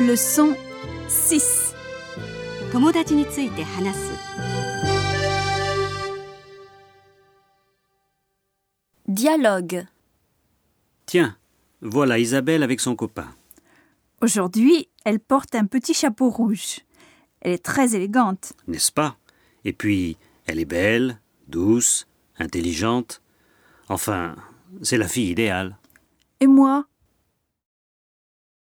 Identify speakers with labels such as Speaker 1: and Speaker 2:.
Speaker 1: Leçon 6
Speaker 2: 友達について話す
Speaker 1: Dialogue
Speaker 3: Tiens, voilà Isabelle avec son copain.
Speaker 1: Aujourd'hui, elle porte un petit chapeau rouge. Elle est très élégante.
Speaker 3: n'est-ce pas Et puis, elle est belle, douce, intelligente. Enfin, c'est la fille idéale.
Speaker 1: Et moi,